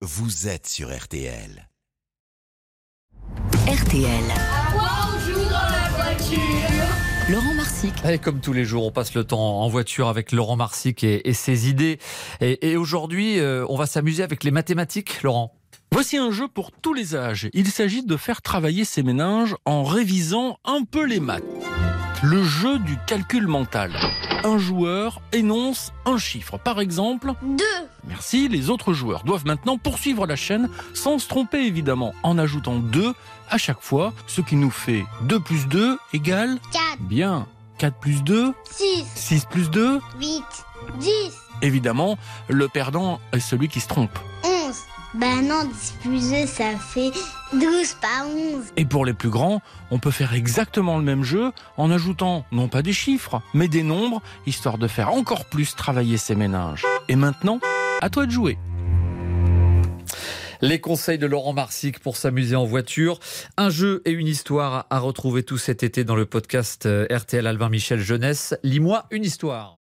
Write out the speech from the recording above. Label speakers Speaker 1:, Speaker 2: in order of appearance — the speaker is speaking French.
Speaker 1: Vous êtes sur RTL.
Speaker 2: RTL.
Speaker 3: voiture.
Speaker 2: Laurent Marsic.
Speaker 4: Et comme tous les jours, on passe le temps en voiture avec Laurent Marsic et, et ses idées. Et, et aujourd'hui, euh, on va s'amuser avec les mathématiques, Laurent.
Speaker 5: Voici un jeu pour tous les âges. Il s'agit de faire travailler ces méninges en révisant un peu les maths. Le jeu du calcul mental. Un joueur énonce un chiffre. Par exemple,
Speaker 3: 2,
Speaker 5: merci, les autres joueurs doivent maintenant poursuivre la chaîne sans se tromper évidemment, en ajoutant 2 à chaque fois, ce qui nous fait 2 plus 2 égale
Speaker 3: 4,
Speaker 5: bien 4 plus 2,
Speaker 3: 6,
Speaker 5: 6 plus 2.
Speaker 3: 8, 10,
Speaker 5: Évidemment, le perdant est celui qui se trompe.
Speaker 3: 11. Bah non, 10 plus 2, ça fait 12, pas 11.
Speaker 5: Et pour les plus grands, on peut faire exactement le même jeu en ajoutant non pas des chiffres, mais des nombres, histoire de faire encore plus travailler ces méninges. Et maintenant, à toi de jouer.
Speaker 4: Les conseils de Laurent Marsic pour s'amuser en voiture. Un jeu et une histoire à retrouver tout cet été dans le podcast euh, RTL Albin Michel Jeunesse. Lis-moi une histoire.